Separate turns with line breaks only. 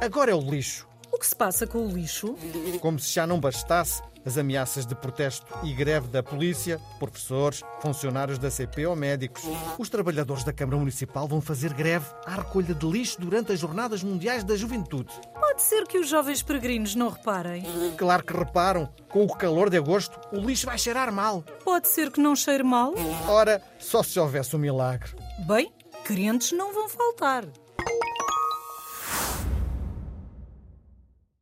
Agora é o lixo.
O que se passa com o lixo?
Como se já não bastasse as ameaças de protesto e greve da polícia, professores, funcionários da CP ou médicos. Os trabalhadores da Câmara Municipal vão fazer greve à recolha de lixo durante as Jornadas Mundiais da Juventude.
Pode ser que os jovens peregrinos não reparem.
Claro que reparam, com o calor de agosto, o lixo vai cheirar mal.
Pode ser que não cheire mal.
Ora, só se houvesse um milagre.
Bem, crentes não vão faltar.